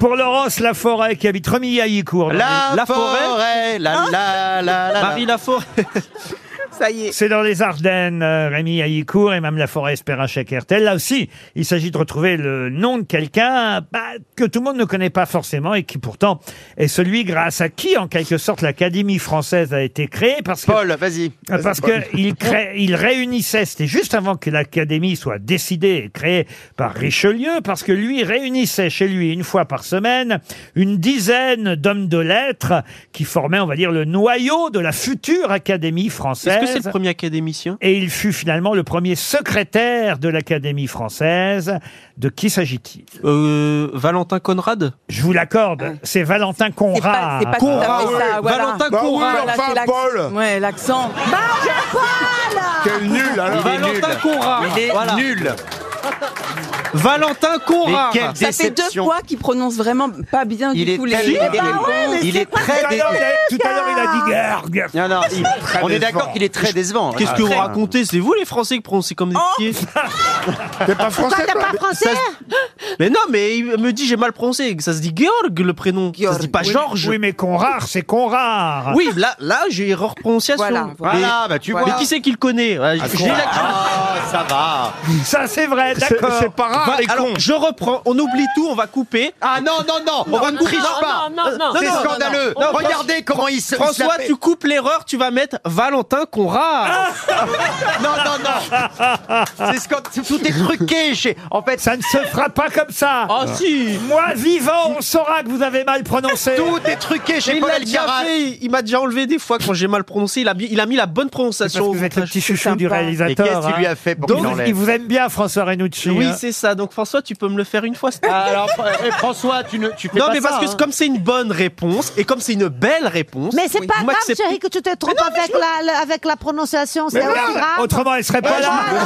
Pour Laurence Laforêt qui habite Remilly-Aillicourt. dans La, les- forêt, la, la, la, la, Hein Marie Laforêt. Ça y est. C'est dans les Ardennes, euh, Rémi Haïcourt et Mme Laforêt espèrent un chèque RTL. Là aussi, il s'agit de retrouver le nom de quelqu'un bah, que tout le monde ne connaît pas forcément et qui pourtant est celui grâce à qui, en quelque sorte, l'Académie française a été créée parce que Paul, vas-y. ah, Parce que il, crée, il réunissait, c'était juste avant que l'académie soit décidée et créée par Richelieu, parce que lui réunissait chez lui une fois par semaine une dizaine d'hommes de lettres qui formaient, on va dire, le noyau de la future académie Est-ce française. que c'est le premier académicien Et il fut finalement le premier secrétaire de l'Académie française. De qui s'agit-il euh, Valentin Conrad Je vous l'accorde, c'est Valentin Euh, C'est pas, Conrad. c'est pas tout à fait ça. Ah, Voilà. Valentin Bah oui, Conrad Voilà, enfin, c'est l'ac- Paul. Ouais, l'accent. Quel nul alors Valentin Conrad Voilà. nul. Valentin Mais Conrad quelle Ça fait deux déception. fois qu'il prononce vraiment pas bien Il du est Ah tout les, tellement- les Il est- réponses. Il est très Tout à l'heure, il décevant. a- tout à l'heure, il a dit guerre, guerre. Non, non, il- on est décevant. d'accord qu'il est très décevant. Qu'est-ce Ah, que vous très. racontez C'est vous les Français qui prononcez comme des pieds T'es pas français toi Mais non, mais il me dit j'ai mal prononcé. Ça se dit Georg le prénom. Ça se dit pas Oui, Georges. Ah. Oui, mais Conrad, c'est Conrad. Oui, là, là j'ai erreur de prononciation. Voilà, Mais- Voilà, bah tu Mais, vois. qui c'est qui le connaît Ouais, j'ai Conrad. la- Ah, ça va. Ça, c'est vrai, C'est d'accord. c'est pas rare Va- les Alors, cons. je reprends. On oublie tout, on va couper. Ah non, non, non, on ne triche pas. C'est non, scandaleux. non, non. Regardez comment il se. il se la François, fait. tu coupes l'erreur, tu vas mettre Valentin Conrad. Non, non, non. C'est scandaleux. Tout est truqué chez. Oh. En fait, Ça ne se fera pas comme ça. Oh. Ah si Moi, vivant, on saura que vous avez mal prononcé. tout est truqué chez il Paul l'a déjà Alcaraz. fait, il- il m'a déjà enlevé des fois quand j'ai mal prononcé, il a, bi- il a mis la bonne Parce que prononciation. au vous êtes le montage. petit chouchou du sympa. Mais réalisateur. qu'est-ce qu'il lui hein. a fait pour qu'il Donc, il enlève vous aime bien, François Renucci. Oui, hein. c'est ça. Donc François, tu peux me le faire une fois. s'il te plaît Alors, eh, François, tu ne, tu fais Non, pas mais ça, parce que hein. c'est- comme c'est une bonne réponse et comme c'est une belle réponse. Mais c'est vous pas grave, m'acceptez. chérie, que tu te trompes avec, la, Ah. la- avec la prononciation. C'est aussi grave. Autrement, elle serait pas là.